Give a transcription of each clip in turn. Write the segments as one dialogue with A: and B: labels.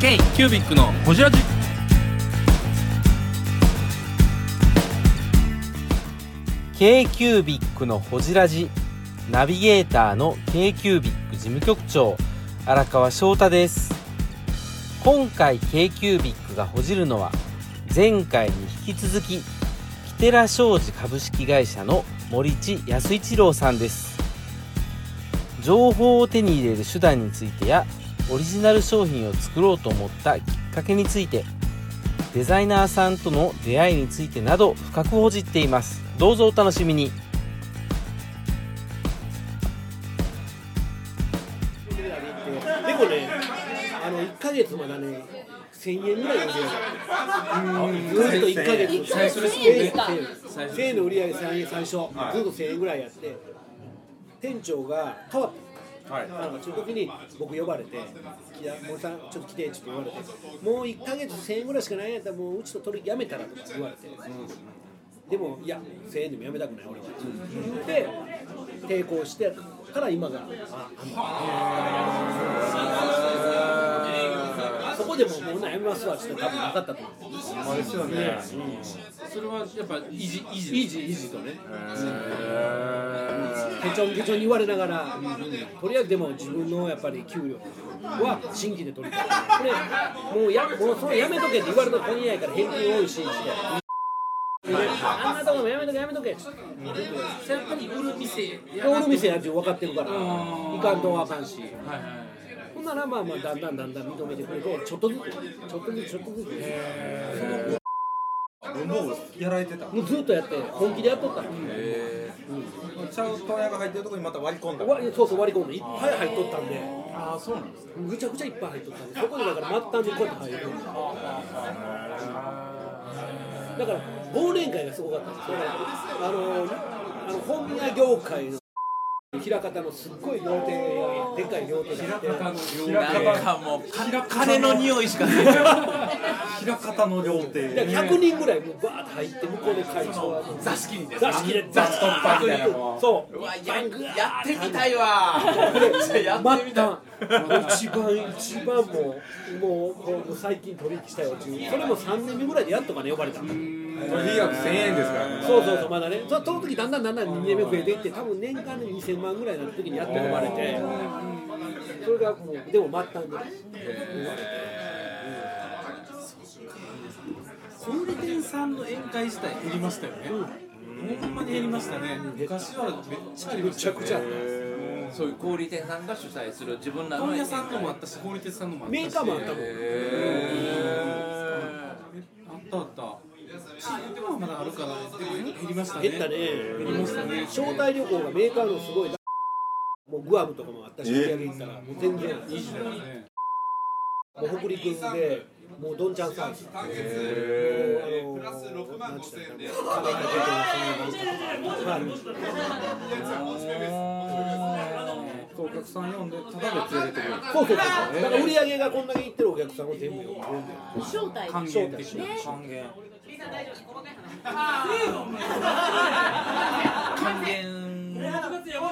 A: ケイキュービックのホジラジ
B: ケイキュービックのほじラジナビゲーターのケイキュービック事務局長荒川翔太です今回ケイキュービックがほじるのは前回に引き続きキテラ商事株式会社の森地康一郎さんです情報を手に入れる手段についてやオリジナル商品を作ろうと思ったきっかけについてデザイナーさんとの出会いについてなど深くほじっていますどうぞお楽しみに
C: 猫ね、あの1ヶ月まだね、1000円ぐらい売り上げずーっと1ヶ月、
D: 最初ですもんね
C: 1000円1000円の売り上げ最最初、ずっと1000円ぐらいやって、店長が変わった。
D: はい
C: なんかその時に僕呼ばれて「いや森さんちょっと来て」ちょっと言われて「もう1ヶ月1000円ぐらいしかないんやったらもううちと取りやめたら」とか言われて、でもいや1000円でもやめたくない俺は、で抵抗してから今があそこでもうもう悩みますわちょっと多分なかったと思う。
D: まですよね。
A: それはやっぱ維持維持
C: イージーイージーとね。けちょんけちょんに言われながら、とりあえずでも自分のやっぱり給料は新規で取りたい。これもうやもうそのやめとけって言われたら取りないから返金多いしして。であんなとこもやめとけやめとけ。
A: やっぱり売る店や
C: 俺の店やって分かってるから、いかんとあかんし。
A: はいはい
C: ほんならまあまあだんだんだんだん認めてくれて、ちょっとずつ、ちょっとずつ、ちょっとずつ。
D: もうやられてた。
C: もうずっとやって、本気でやっとったの。
D: ええ。ちゃんと屋が入ってるところにまた割り込んだ。
C: わそうそう割り込んでいっぱい入っとったんでああそうなんですぐちゃぐちゃいっぱい入っとったんでそこでだから末端でこうやって入るだから忘年会がすごかったんですだからあのあの本屋業界の平方のすっごい料亭がでかい料亭があって
A: なんかもう金の匂いしかない
D: 平方の料亭。
C: で100人ぐらいもうバーッと入って向こうで会長が
A: 座敷にです
C: 座敷で
D: 雑突破みたいなもう
C: そう
A: うわややってみたいわや
C: 末
A: ってみたい
C: 端一番一番もうもうもう最近取引したよっていうそれも3年目ぐらいでやっとかね呼ばれたの
D: 取引額千円ですからね。
C: そうそうそうまだねそその時だんだんだんだん2年目増えていって多分年間で2000万ぐらいになった時にやっと呼ばれてそれがもうでも末端で
A: 小売店さんの宴会自体減りましたよね、ほんまに減りましたね昔はめっちゃありましたよね
C: めちゃく
E: そういう小売店さんが主催する自分らの
A: 問屋さんのもあったし小売店さんのもあったし
C: メーカーもあったもん
A: あったあった地域はまだあるからでも減りましたね
C: 減ったね
A: 減りましたね
C: 招待旅行がメーカーのすごいもうグアムとかもあったし売り上げ行ったらもう全然もう北陸でもうどんちゃんサービスプラス6万5千円で
D: お客さん呼んでただで連れてくる。
C: そうそうそうだから売り上げがこんだけいってるお客さんを全部呼んで
F: 招待
D: 還元的な還
A: 還元
D: 元。
A: してほ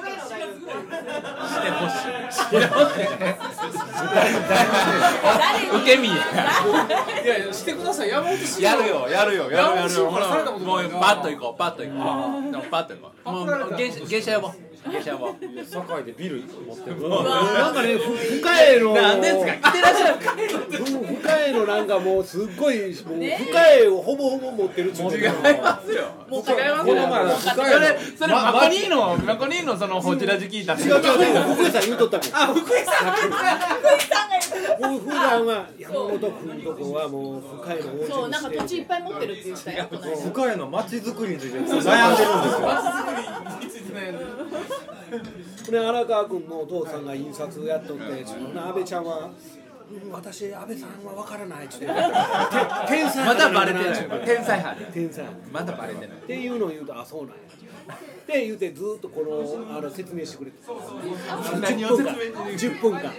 A: しいしてほ
F: 誰に
A: しい受け身いやいやしてくださいやろうとし
E: やるよやるよやるよや
A: やめ
E: るよ
A: てほしい
E: もうパッと行こうパッと行こうでもパッと行こうもう芸者芸者呼ぼう芸者呼ぼう
D: 堺でビル持ってる。
C: なんかねふ深江の
E: なんですか来てらっしゃる
C: ふ深江のなんかもうすっごいもう深江をほぼほぼ持ってるっちゅう
E: 違いますよもう違います
D: この前
E: よ
D: 深
E: そ
D: いの
E: れそれマコニーのマコニーのそのホチラジ聞いたんです
C: 違う
E: よ
C: 違うでも福井さん言うとったもんあ福井さん福井さんが言う福井さんは山本君とこはもう深江の王子にして
F: そうなんか土地いっぱい持ってるって言ってたよこの間
D: 深いの街づくりについて悩んでるんですよ。
C: これ荒川君のお父さんが印刷やっとって、阿部ちゃんは「私阿部さんは分からない」っつってて天才
E: まだバレ
C: 派なん
E: て
C: だな
E: ない天才派
C: 天才っ
E: まだバレてない
C: ていうのを言うと「あそうなんや」って言うてずーっとこのあの説明してくれて
E: 何を
C: 10分
E: 説明
C: 間10分間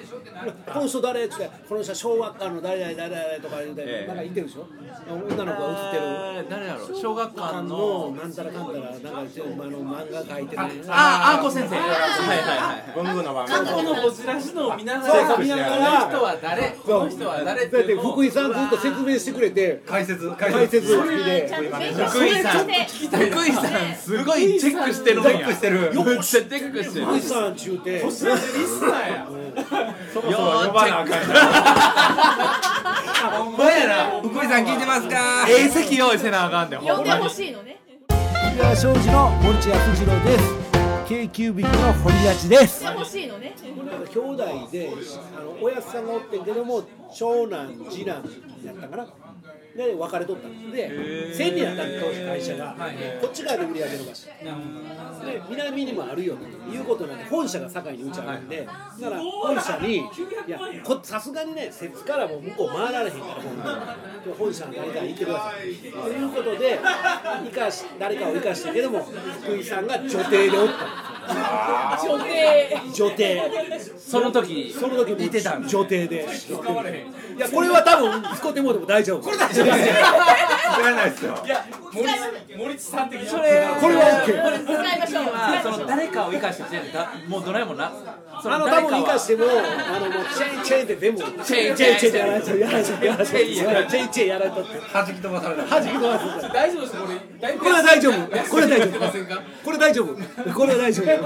C: この人誰?」っつって「この人は昭和館の誰々誰々」とか言うて、
E: ええ
C: なんか言ってるでしょ女の子が写ってる。
E: えー誰やろう小学館
C: あ
E: の
C: のなんたらかんたらなんかちょっとあの漫画描いてる
E: ああーこ先生はいはいはいはい
D: 文具の番
E: 過去のホチラジのを見なが
C: そう
E: ら
C: そう
E: この
C: 見
E: 人
C: ながら
E: は誰誰この人は誰って
C: だっ
E: い
C: て
E: うのを
C: 福井さんずっと説明してくれて
G: 解説
C: 解説
G: チ
C: 好きで
F: ちゃんと勉強
E: 福井
F: して
E: さん福井さんすごいチェックしてるもん
G: ェ
E: や
G: ックしてる
E: よっしゃチェックしてる
C: 福井さん中て
A: 星野リスナーや
G: そろそろ呼ばなあかんやんほんまやな
D: 福井さん聞いてますか
G: ええ席用意せなあかんでほんま
F: 呼んでほしいのね
C: 平野庄司の森千秋次郎です K キュービックの堀立です
F: 呼んでほしいのね
C: 兄弟であの親父さんがおってんけども長男次男やったかなで別れとったんで千人やったんで当時会社が、こっち側で売り上げ伸ばしで南にもあるよということなんで本社が堺にうちあるんで、だから本社にいやこさすがにね節からもう向こう回られへんから本本社の誰かに行ってくださいということで生かし誰かを生かしたけども福井さんが女帝でおった
F: 女帝
C: んです女帝
E: その時
C: その時もてた女帝でいやこれは多分使ってもうても大丈夫これ大丈夫
G: 知らないですよ
E: それ
C: これは OK
F: 使いましょう
E: その誰かを生かしてるだもうどれもなそ
C: あの多分生かしてもあのもうチェンチェンって全部
E: チェン
C: チ
E: チ
C: ェ
E: ェ
C: ン
E: ン
C: チェンやられちゃうやられちゃうやられちゃうチェンチェンやられたって
G: 弾き飛ばされた
C: 弾き飛ばす
E: 大丈夫ですこれ大
C: これは大丈夫これは大丈
E: ませんか
C: 夫これ大丈夫これは大丈夫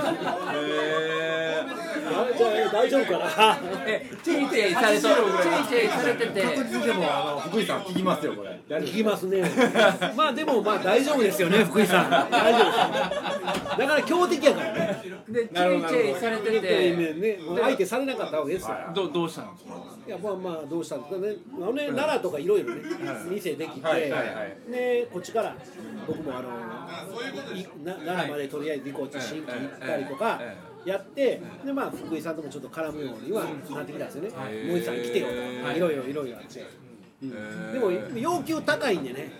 C: じゃあ大丈夫かな
E: えチェイチェイされてチェイチェイされてて
G: 確実でもあの福井さん聞きますよこれ
C: 聞きますねまあでもまあ大丈夫ですよね福井さん大丈夫ですだから強敵やからね
E: でチェイチェイされてて
C: ね相手されなかったわけですよ
E: どどうしたんですか
C: いやまあまあどうしたんですかねあのね奈良とかいろいろね店できて
G: はいはいはい
C: でこっちから僕もあのいな奈良までとりあえず行こうって新規行ったりとかやってでまあ福井さんともちょっと絡むようにはなってきたんですよね森さん来てよとかいろいろいろいろあってうんでも要求高いんでね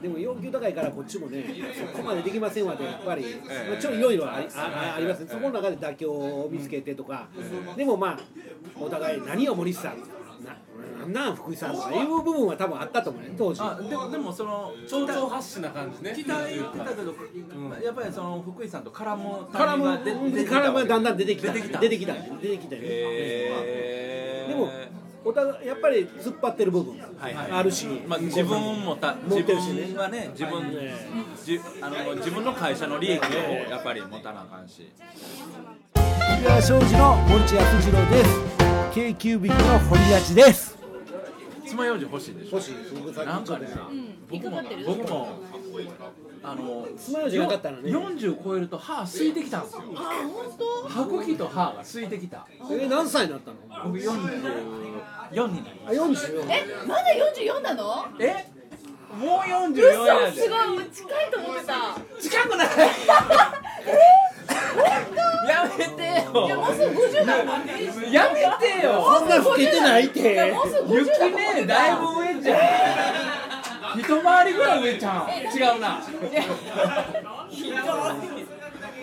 C: でも要求高いからこっちもねそこまでできませんわでやっぱり、まあ、ちょっといろいろありああありますねそこの中で妥協を見つけてとか、でもまあお互い何を森下さんななんなん福井さんとかいう部分は多分あったと思うね当時
E: あでもでもその頂上発信な感じね期待言ってたけど、やっぱりその福井さんと絡む
C: 絡む絡むだんだん出てきた
E: 出てきた
C: 出てきた出てきたよね
E: え
C: でもお互いやっぱり突っ張ってる部分あるし、
E: まあ、自分もた
C: 持っ
E: 自
C: てるしね
E: 分がね自分じあの自分の会社の利益をやっぱり持たなあかんし
C: 平庄司の森千秋次郎です k キュービッの堀立です
E: 爪楊枝欲しいでしょ
C: 欲しい僕さ
E: なん
C: っきちょ
E: か
C: っ
E: ね
C: とね
F: 引っ
E: 僕
F: か
E: も
F: かってる
E: 僕もあの
C: 爪楊枝なかったらね
E: 40超えると歯空いてきたんですよ
F: あ本当
E: 歯茎と歯が空いてきた
C: え何歳になったの
E: 僕44になりま
C: あ44
F: えまだ44なの
E: すえもう44や
F: 嘘
E: です
F: ごい近いと思ってた
E: 近くないやめて
F: いや
E: よ
F: もうすぐ50なの
E: やめてよ
C: そんな老けてないっ
F: や
C: て
F: もうすぐ50
E: 雪
F: だ
E: ねだいぶ上じゃん一回りぐらい上ちゃん違うな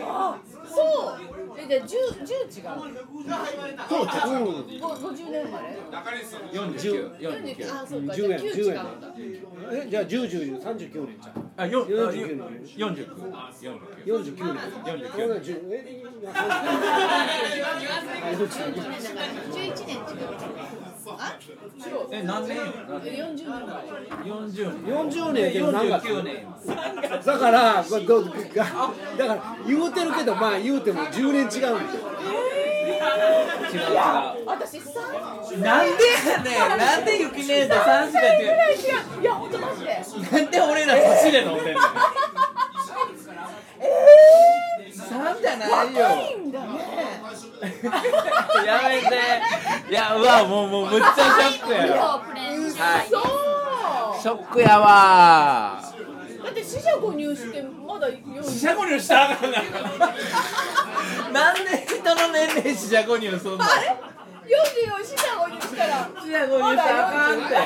F: あそうえじゃあ10 10違うご50年生まれ49あそうかじゃあ9違うんだ
C: えじゃあ10、10、39年じゃん。
E: あよ
C: 49
E: あよ
C: 年
E: 49
C: 49年。49年。え
F: 11年だから11年違うあ違う
E: え何年よ
F: 40年生まれ
E: 40年
C: 40年でも何月
E: 49年
C: だから、まあ、どがだから言うてるけど、まあ言うても10年違うんですよ。
E: 違う違
F: 私3
E: うなんでやねんなんで雪姉と3しか違
F: ぐらい違ういや本当マジで
E: うなんで俺ら年で飲んでんの3じゃないよ
F: 若いんだね
E: やめていやうわもうもうむっちゃショックやよはい
F: そう
E: ショックやわー
F: だって四捨五入してまだ4
E: 四捨五入したらあかんななんで人の年齢四捨五入すんの
F: あれ44四捨五入したら
E: 四捨五入したらあかんって
F: 四捨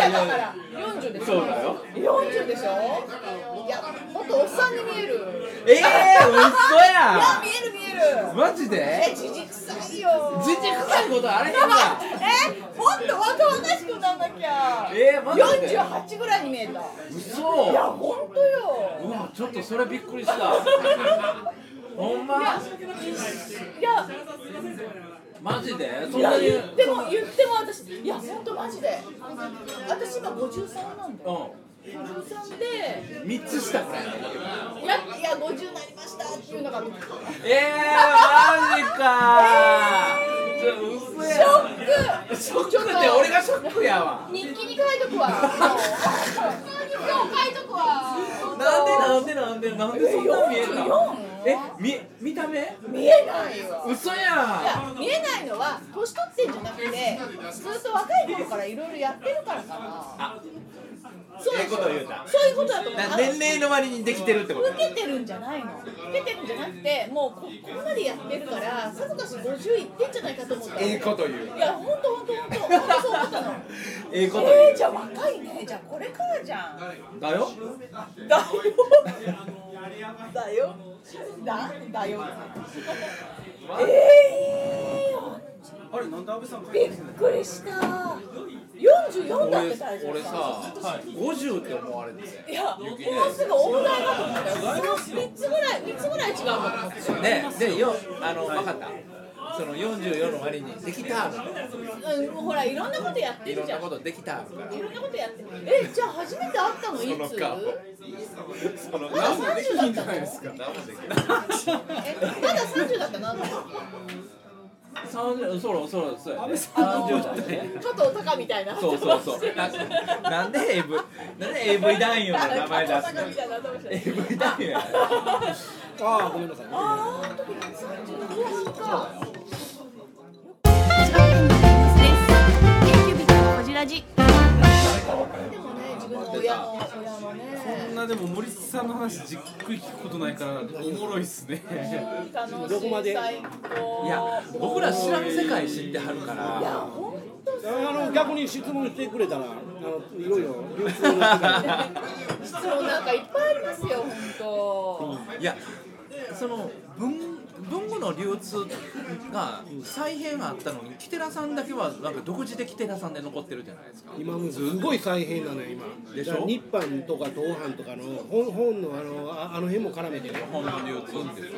F: だから40でしょ
E: そうだよ
F: 40でしょいやほんとおっさんに見える
E: ええー、嘘
F: いや
E: や
F: 見える見える
E: マジで
F: えじじくさいよ
E: じじくさいことあれへん
F: やば
E: わ
F: えもっと若々しくなんなきゃ
E: えーマジで
F: 48ぐらいに見えたい
E: 嘘
F: や本当よ
E: うわちょっとそれびっくりしたほんま
F: いやいや
E: マジでそ
F: い
E: んな
F: や
E: に
F: 言っても言っても私いや本当マジで私今53なんだよ53で
E: うん3つしたこれ
F: いやいや50になりましたっていうのがショック
E: えーマジかーちょ嘘やショックって俺がショックやわ
F: 日記に書いと くわもう今日書いとくわ
E: なんでなんでなんでなんでそんな見えんの
F: 44
E: えみ見た目
F: 見えないよ
E: 嘘
F: い
E: やん
F: や見えないのは年取ってんじゃなくてずっと若い頃からいろいろやってるからかなそういうこと言うたそういうことだと思う
E: な
F: あの
E: 年齢の割にできてるってこと
F: 老けてるんじゃないの老けてるんじゃなくてもうこここまでやってるからさぞかし50いってんじゃないかと思った
G: ええこと言う
F: いや本当本当本当本当そう思ったの
E: ええこと言
F: え
E: う
F: ー、じゃあ若いねじゃあこれからじゃんだよ
E: だよ
F: だよだよだよえ
A: あれなんで安倍さん帰っ
F: ー、
A: て
F: び
A: き
F: って
A: ない
F: くりした44だって大丈
E: 俺
F: 夫
E: さ50って思われてて
F: いやもうすぐ音大だと思ったよ3つぐらい3つぐらい違うかと思った
E: ねでよあの分かったその44の割にできたのね
F: うん、ほらいろんなことやって
E: いろ
F: る
E: ん
F: じゃ
E: なんことできたのから
F: いろんなことやってるえじゃあ初めて会ったのい
G: の
F: つ
G: 顔
F: まだ30だったのえまだ30だったのあの
E: 30そろそろそうやね30代ね
F: ちょっとお高みたいな
E: そうそうそうななんで AV なんで AV 男優の名前出すの AV 男優やね
C: ああごめんなさい
F: あーあの時30の後半かでもね自分の親の親の
A: そん
F: ね
A: なでも森さんの話じっくり聞くことないからおもろいっす ね
F: 楽
C: どこま
F: しい
C: で
F: 最高
E: いや僕ら知らん世界知ってはるから
F: いや本当そう
C: あの逆に質問してくれたらあのいろいろ流通の世界で
F: 質問なんかいっぱいありますよ本
E: いやその文文具の流通が再編あったのにキテラさんだけはなんか独自でキテラさんで残ってるじゃないですか
C: 今もうすごい再編なのよ今
E: でしょ
C: だから日版とか東版とかの本本のあのああの辺も絡めてね
E: 本の流通って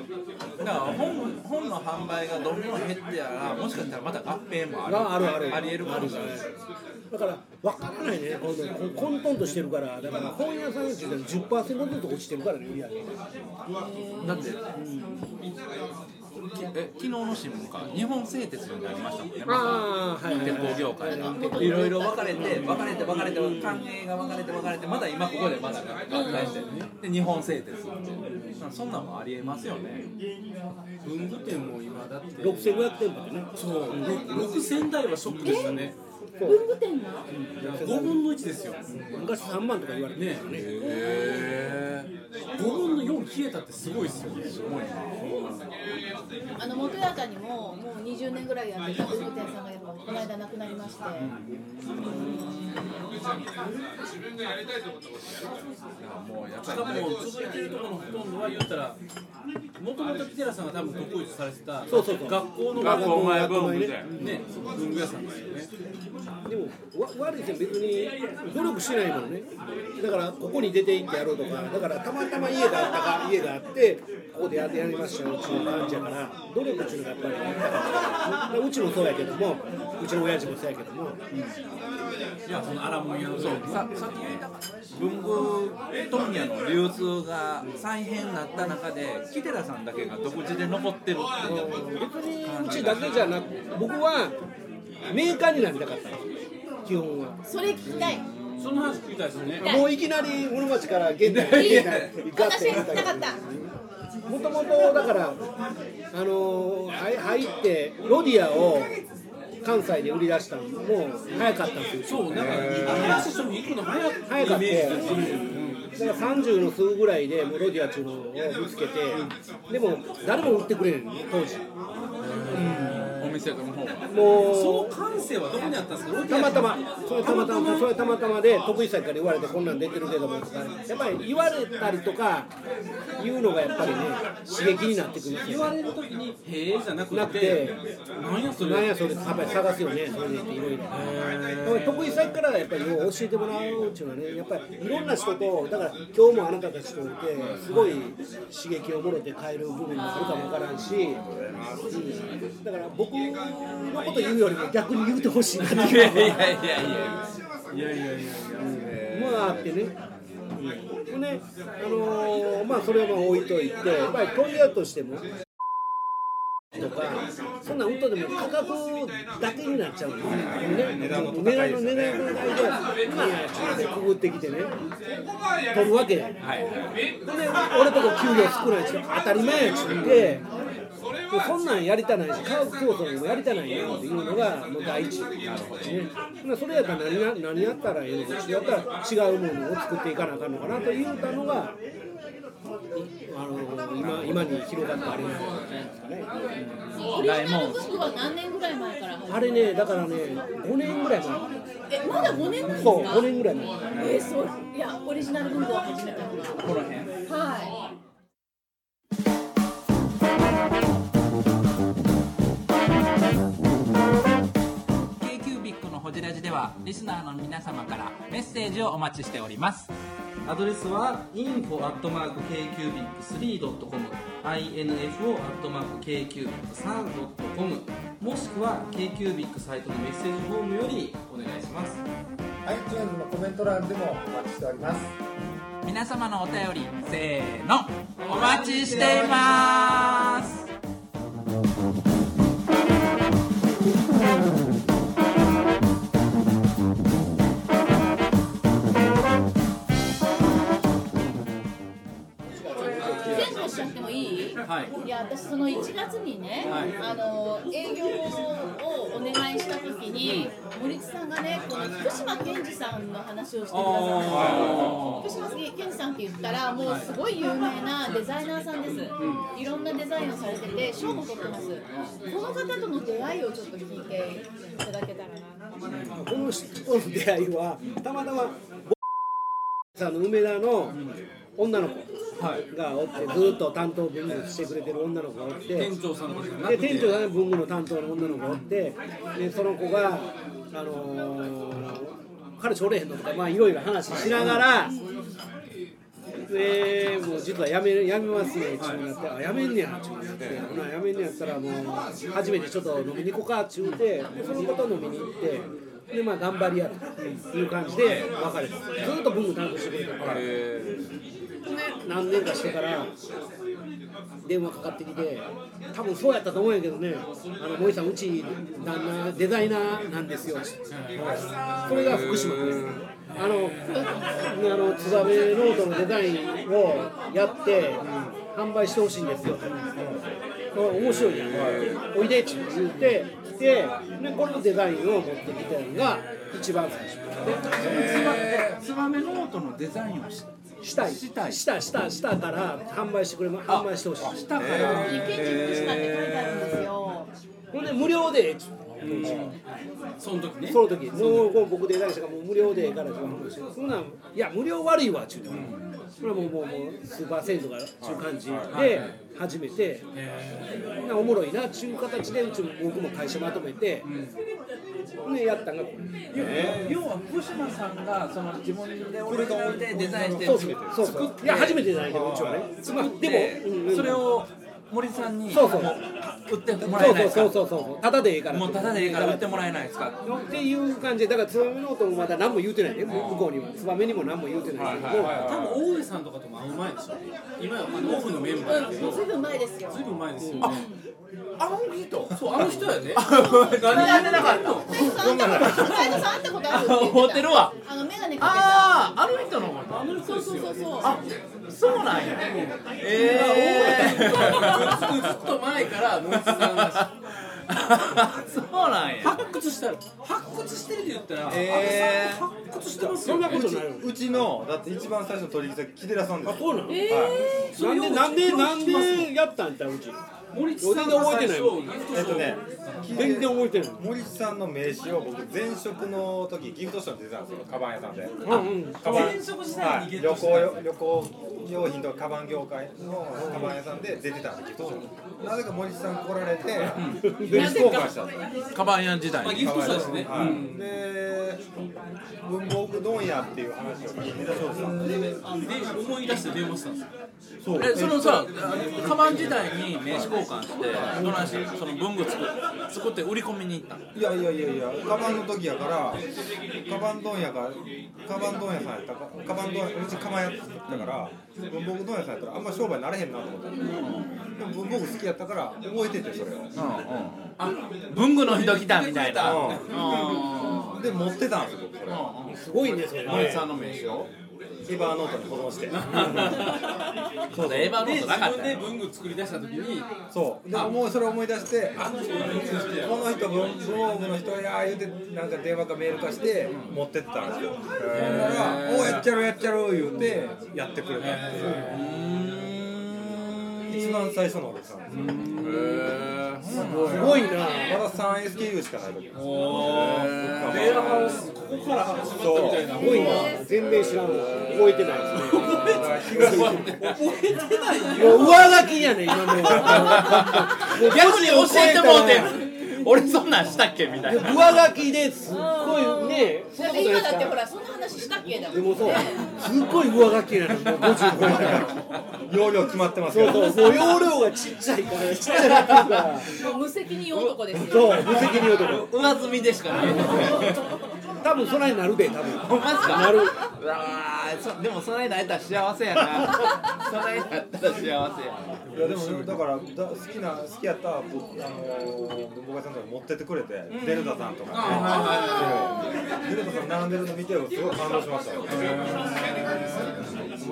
E: だから本本の販売がどんどん減ってやらもしかしたらまた合併もある
C: ああるある
E: ありえるかもしれない
C: だから分からないね、本当に混沌としてるから、だから本屋さんっていうのは10%ずつ落ちてるからね、売り上げ
E: だって、きえ昨日の新聞か日本製鉄になりましたもんねま
C: ああ、は
E: た鉄鋼業界がいろいろ分かれて分かれて分かれて関係が分かれて分かれてまだ今ここでまだ合体してで日本製鉄ってそんなんもありえますよね
A: 文具店も今だって
C: 6500店舗でね、
A: そう6000台はショックでしたね
F: 当文具店が
A: 5分の1ですよ
C: 昔3万とか言われて
A: ね5分の4冷えたってすごいっすよね
F: あの元屋さんにももう20年ぐらいやってた文具店さんがやっぱこの間亡くなりまして、
A: しかも続いてるところのほとんどは言ったらもともとキテラさんが多分得意とされてた
C: そうそうそう
A: 学校の
G: 学校前文具
C: で
G: 店
A: ね文具屋さんですよね
C: でも、わ悪いですよ、別に努力しないもんね、だからここに出ていってやろうとか、だからたまたま家があったか、家があって、ここでやってやりましょうっていう感じやから、努力っていうのがやっぱりね、だからうちもそうやけども、うちの親父もそうやけども、
A: いやそのアラモン屋のそう
E: ささっき言った文具問屋の流通が再編になった中でキテラさんだけが独自で残ってるっていう
C: 別にうちだけじゃなく僕はメーカーになりたかったんです基本は
F: それ聞きたい
A: その話聞きたいですよね
C: もういきなり室町から現代
F: いい
C: 現代ガッ
F: 私
C: て
F: は
C: 行
F: 聞
C: っ
F: きたかったた
C: もともとだからあのーはい入ってロディアを関西で売り出したのも早かったんですよ
A: そうなんか新しい商品行くの早く
C: 早かった
A: イメージですね
C: だから30の数ぐらいでもうロディアっていうのを見つけてでも誰も売ってくれへん当時
A: お
E: 店の方は
A: そ
C: も
A: の
C: う
A: 感性はどこにあったんですかロケ
C: た
A: や
C: ま
A: った
C: まそれたまたまそれたまたまで得意先から言われてこんなん出てるけどもとかやっぱり言われたりとか言うのがやっぱりね刺激になってくるんです
A: 言
C: よ
A: われるときに「へえ」じゃなくて
C: なくて
A: なんやそれ
C: なんやそれやっぱり探すよねそれでいろいろ得意先からやっぱりよう教えてもらうっていうのはねやっぱりいろんな人とだから今日もあなたたちといてすごい刺激をもろて変える部分もあるかもわからんし、うんだから僕のこと言うよりも逆に言うてほしいなっていう
E: いやいや
C: まああってね。うんね、あのーまあそれはまあ置いといて、やっぱり問屋としても。とか、そんなんうんとでも価格だけになっちゃうの、ね、値段の値段の値段の間今でくぐってきてね、取るわけや。ほんで俺とこ給料少ないし当たり前やっちゅって。もうそんなんやりたないし、科学競争にもやりたないなっていうのがもう第一、ね、ほなそれやったら何が何やったらええのか、やったら違うものを作っていかなあかんのかなというたのが、いあの今今に広がったあれなんじゃないですかね。
F: オリジナルブックは何年ぐらい前から
C: あれね、だからね、5年ぐらい前、
F: えまだ5年なんですか
C: そう、5年ぐらい前。
F: えそういやオリジナル文庫を始めたのがこの辺は
H: 「k ー b i c のほじラジ」ではリスナーの皆様からメッセージをお待ちしております
B: アドレスは info.kcubic3.com info.kcubic3.com もしくは KQBIC サイトのメッセージフォームよりお願いします
I: iTunes のコメント欄でもお待ちしております
H: 皆様のお便りせーのお待ちしています
F: い全部しちゃってもいい、い、や私その1月にね、あの営業をお願いした時に森地さんがねこの福島健二さんの話をしてくださって福島健二さんって言ったらもうすごい有名なデザイナーさんです、いろんなデザインをされてて賞も取ってますこの方との出会いをちょっと聞いていただけたらなと思って
C: この人との出会いはたまたま僕さんの梅田の女の子がおってずーっと担当文具してくれてる女の子がおって店長さんので店長さんの文具の担当の女の子がおってでその子があのー彼氏おれへんのとかまあいろいろ話しながら。でもう実はやめやめますねってなって、あやめんねやってなって、ほなやめんねやったらもう初めてちょっと飲みに行こうかって言うて、でそのこと飲みに行って、でまあ頑張りやるっていう感じで別れた。ずっと文具担当してくれたから。で何年かしてから電話かかってきて多分そうやったと思うんやけどね「あの森さんうち旦那デザイナーなんですよ」これが福島ですあのあのツバメノートのデザインをやって、販売してほしいんですよ、うん、面白いやん、おいでって言って来てでこのデザインを持ってきたのが一番最初
E: ツバメノートのデザインをし
C: したい
E: したい
C: したしたしたから販売してくれま販売してほしい
E: たから
F: で健二福島って書いてあるんですよ
C: ほんで無料でええっちゅう
A: その時ね
C: その時もう僕デザインしたからもう無料でええからって話そんなんいや無料悪いわっちゅうてそれはもうもうもうスーパー銭湯がっちゅう感じで始めてほなおもろいなっちゅう形でうちも僕も会社まとめてねやったんがこれ
E: 要は福島さんがその自分でオリジナルでデザインして
C: そうそうそうそういや初めてじゃないけどうちはねまあでもうんうん
E: それを森さんに
C: そうそう
E: 売ってもら
C: そ
E: え
C: う
E: ない
C: そう
E: ですか
C: そうそうそうただでええから
E: もうただでいいから売ってもらえないですか
C: っていう感じでだからツバメノートもまだ何も言うてないね向こうにはツバメにも何も言うてないけど
A: 多分大上さんとかとも会う前でしょ今はあのオフのメンバーだけ
F: う
A: ど
F: んずいぶん前ですよ
A: ずいぶん前ですよね
E: そう あの人やね
F: 何やってなかったの斉藤さん会ったことあるって言
E: 思ってるわ
F: あの眼鏡か
E: あああの人のこと
F: けたそうそうそうそう
E: そうなんやええずっと前から森さんがそうなんや
A: 発掘したら発掘してるって言ったら、
G: え
A: 安倍さんって発掘してます
C: そ
A: よ
C: ん
A: ね
C: なことないよ
G: うちのだって一番最初の取引先木寺さんですよ
C: そうなの
G: はい
C: なんでなんでなんでやったんやったらうち
A: 森
C: 俺全然覚えてないもん
G: えっとね
C: 全然覚えてない
G: 森地さんの名刺を僕前職の時ギフトショップで出たんですよカバン屋さんで
C: うんうん
G: カバン
A: 前職時代にゲッ
G: 旅
A: トした
G: 行よ旅行用品とかカバン業界のカバン屋さんで出てたんですけどなぜか森さん来られて名刺交換したんですよ
E: カバン屋時代に
A: ギフトしたんですね
G: はいで文房具問屋っていう話を聞いて
A: で思い出して電話したんですよ
E: えそのさカバン時代に名刺交換してどないしてその文具作作って売り込みに行ったの
G: いやいやいやいや、カバンの時やから、カバン問屋が、カバン問屋さんやったか、カバン問屋、うちカバンやったから、文房具問屋さんやったら、あんま商売になれへんなと思った。でも文房具好きやったから、覚えてて、それを。
E: あ文具の人来たみたいな
G: うんで、持ってたんですよ、僕、これ。
C: すごいねそれ
E: 森
C: ね
E: さんの名刺を
G: エバーノートに保存して。
E: そうだエヴァノー
A: で自
E: トなかった
A: 分
E: よ
A: で文具作り出した時に
G: そう、で、もうそれ思い出して、あ、この人、文房具の人や、言うて、なんか電話かメールかして、持ってったんですよ。ほんなら、おうやっちゃろうやっちゃろう言うて、やってくれたっていう。一番最初の俺さんです
C: すごいな
G: まだ 3SKU しかない時お
A: レアハウスここから始まったみたいな
C: すごいな全然知らんわ覚えてないですね
G: 東
A: 覚えてないよ
C: もう上書きやね今のはもう
E: 逆に教えてもうて
C: もう
E: 俺そんなんしたっけみたいな
C: 上書きですっごいねそん
F: だ
C: なことないで
F: って今
C: す
F: だってほ
C: から
F: そんな話したっけだも
C: で
F: ん
C: もそうすっごい上書きやねもう50超えたら
G: 容量決まってますけ
C: そ
G: ど
C: うそうもう容量がちっちゃいからちっちゃいだけが
F: もう無責任男ですよ
C: そう無責任男
E: 上積みでしかない
C: 多分そないなるで多分
E: マジか
C: な
E: う
C: る
E: わーそでもそないなったら幸せや なそないなったら幸せや
G: いやでもだからだ好きな好きやった僕あの文房具屋さんとか持ってってくれて、デルタさんとかね、そうデルタさん並んでるの見てすごい感動しましたよもう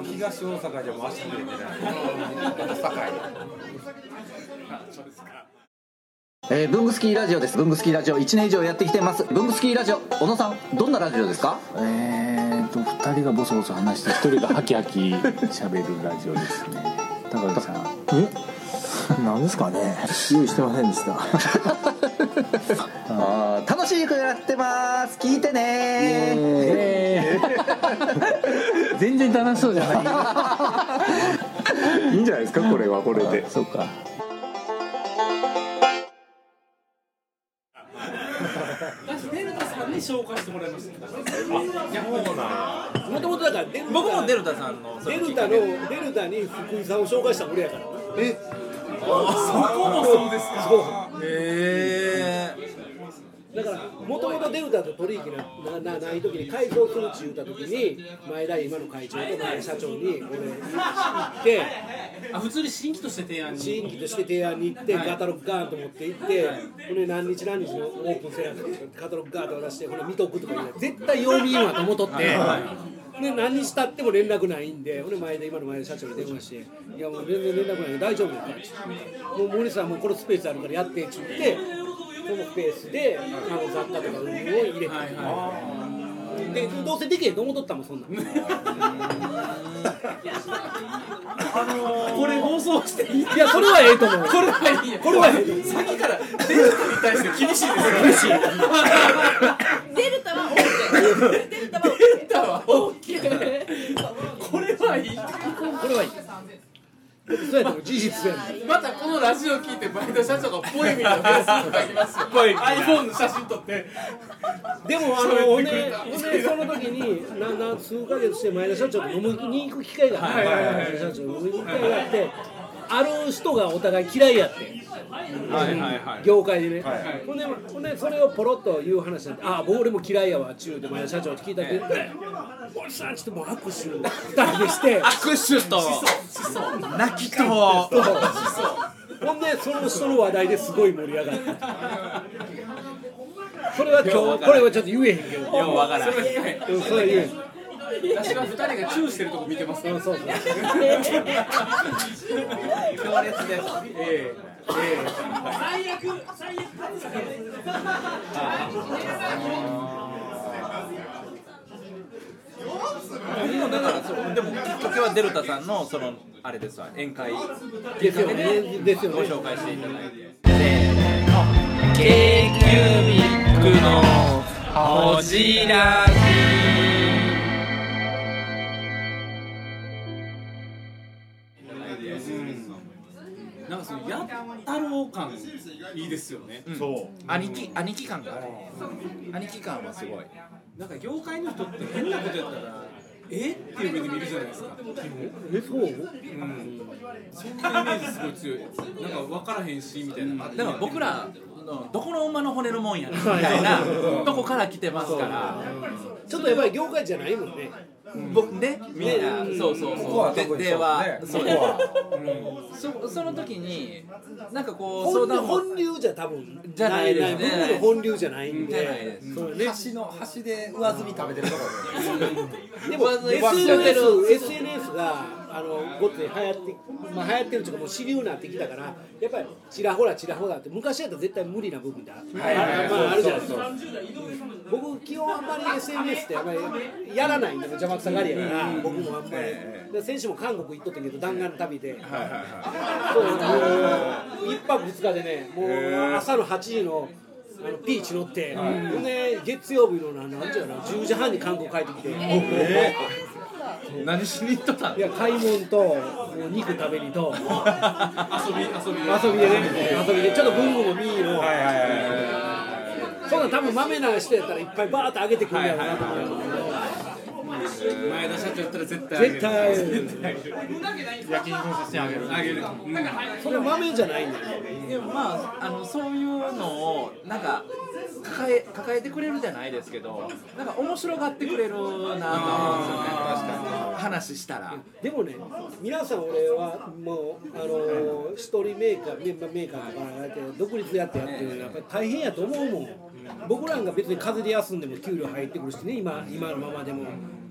G: 東大阪じゃもう足踏み入れてない大
J: えー、ブングスキーラジオですブングスキーラジオ1年以上やってきてますブングスキーラジオ小野さんどんなラジオですかえーと2人がボソボソ話して1人がハキハキ喋るラジオですね高木さんえなんですかね用意してませんでした あー楽しい曲やってます聞いてね 全然楽しそうじゃ ないいいんじゃないですかこれはこれでそうか
A: 私デルタさんに紹介してもらいました
C: もともとだからデルタ
E: 僕もデルタさんのそ
C: デ
E: の
C: ルタのデルタに福井さんを紹介した俺やからえ
E: へえ
C: だからもともとデルタと取引なななない時に改造するって言った時に前田今の会長と前田社長に俺行って
A: あ普通に新規として提案に
C: 新規として提案に行ってカタログガーンと持って行ってこれ何日何日のオープンセラーカタログガーンと渡してこれ見とくとか言う絶対曜日はと思っとって。で何日経っても連絡ないんで、俺前で今の前で社長に電話して、いやもう全然連絡ないんで大丈夫だから、もう森さんもうこのスペースあるからやってって言って、このスペースであの雑貨とか運を入れて、でどうせできへんと思っとったもんそんなん。
A: これ放送していい
C: いやそれはええと思う。これ
A: はいいよ
C: これはええと思う。
A: 先からデルタに対して 厳しいですよ厳し
F: デルタは OK デルタは OK
A: いデルタは OK これはいい
C: これはいい。そうやと思う事実やねん。
A: またこのラジオ聞いてバイト社長がポエミーのフェイスブック書きますよ iPhone の写真撮って
C: でもあの俺俺その時になな数ヶ月して前田社長と飲みに行く機会があって前田社長と飲みに行く機会があってある人がお互い嫌いやって
E: はいはいはい
C: 業界でね、ほんでほんでそれをポロッと言う話になって「ああ僕俺も嫌いやわ」っちゅうて前田社長って聞いたけど「おじさん」ちょっともう握手2人で して
E: 握手と泣きと
C: ほんでその人の話題ですごい盛り上がったそれは今日これはちょっと言えへんけど
E: ようわからん
C: うんそれは言えへん
A: 私は二人がチューしてるとこ見てますから
C: そうそう
E: 強烈ですええ今だからそうでもきっかけはデルタさんのそのあれですわ宴会
C: ですよねですよね
E: ご紹介していただいて。
B: k q b i c のほじら
A: なんかそのやったろう感いいですよね、
E: そう兄貴兄貴感がある兄貴感はすごい
A: なんか業界の人って変なことやったらえっていう目で見るじゃないですか
C: えそう
A: うんそんなイメージすごい強いなんか分からへんしみたいな、
E: だから僕らのどこの馬の骨のもんやねんみたいなとこから来てますから
C: ちょっとやっぱり業界じゃないもんね
E: 僕ねみんなそうそう
G: ここ
E: そ
G: は
E: う
G: 特
E: で
G: にそう
E: では
G: ね
E: そう
G: こ
E: そ
G: こ
E: その時になんかこう相
C: 本
E: 談も
C: 本流じゃ多分
E: じゃないですね
C: 僕の本流じゃないん
E: じゃ
C: で
E: ないです
C: そうね
G: 端の端で上積み食べてるとこ
C: でも
E: 上積みして
C: SNS, SNS があのごっつい流行って、まあ、流行ってるというかもう主流になってきたからやっぱりちらほらちらほらって昔やったら絶対無理な部分だ、あまあ、あるじゃないですか僕基本あんまり SNS ってあんまりやらないんで邪魔くさがりやから、僕もあんまり、で先週も韓国行っとったけど弾丸の旅で、そうもう一泊二日でねもう朝の8時のあのピーチ乗って、ほんで月曜日のななんちゅうの10時半に韓国帰ってきて。
E: 何しに行っとったん
C: いや買い物ともう肉食べにと
A: 遊び遊び
C: 遊びでね遊びでちょっと文具も見ーの、
G: はいはいはいはい
C: そんなん多分豆な人やったらいっぱいバーッと上げてくるやろうなと思う、
A: 前田社長やったら絶対
C: 絶対
G: 焼肉の写真あげる
A: あげる、うん、
C: それ豆じゃないんだよね
E: でもまああのそういうのをなんか抱え抱えてくれるじゃないですけどなんか面白がってくれるなと思うんですよね話したら
C: でもね皆さん俺はもうあのー一人メーカーメンバーメーカーとかやって独立やってやってるのやっぱり大変やと思うもん僕らが別に風邪で休んでも給料入ってくるしね今今のままでも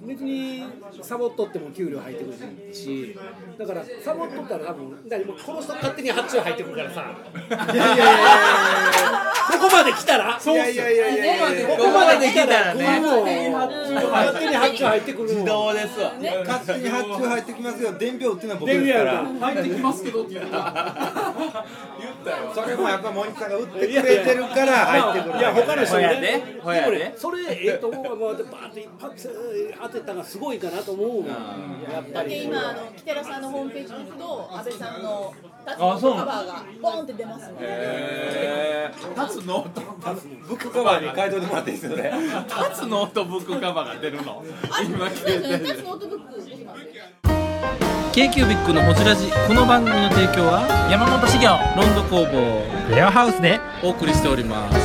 C: 別にサボっとっても給料入ってくるしだからサボっとったら多分だからもうこの人勝手に発注入ってくるからさいやいやいやいやここまで来たらそう
G: いやいやいやいやいや
C: ここまで来たら
E: ここまで来たら
C: ね
E: ね
C: 勝手に発注入ってくるの
E: どうですわ
G: 勝手に発注入ってきますよ伝票っていうのは僕
C: 出る
G: ですか
C: や
G: ら
C: ろ
A: 入ってきますけどって言った
G: それもやっぱ森さんが売ってくれてるから入ってくる
C: いや他の人
E: ほ
C: も
E: やで
C: ね
E: ほやで
C: もねそれええと思うわまあバーッと一発当てたのがすごいかなと思うやっ
F: だ
C: ぱ
F: って
C: り
F: 今あのキテラさんのホームページに行くと安倍さんのタッチのカバーがボーンって出ますね。
E: 立つノート
G: ブックカバーに書いといてもらっていいですよね
E: 立つノートブックカバーが出るの
F: あ、そうですよね。タッチノートブック出てますね。
B: k q b i c のほじらじこの番組の提供は山本資源ロンド工房レアハウスでお送りしております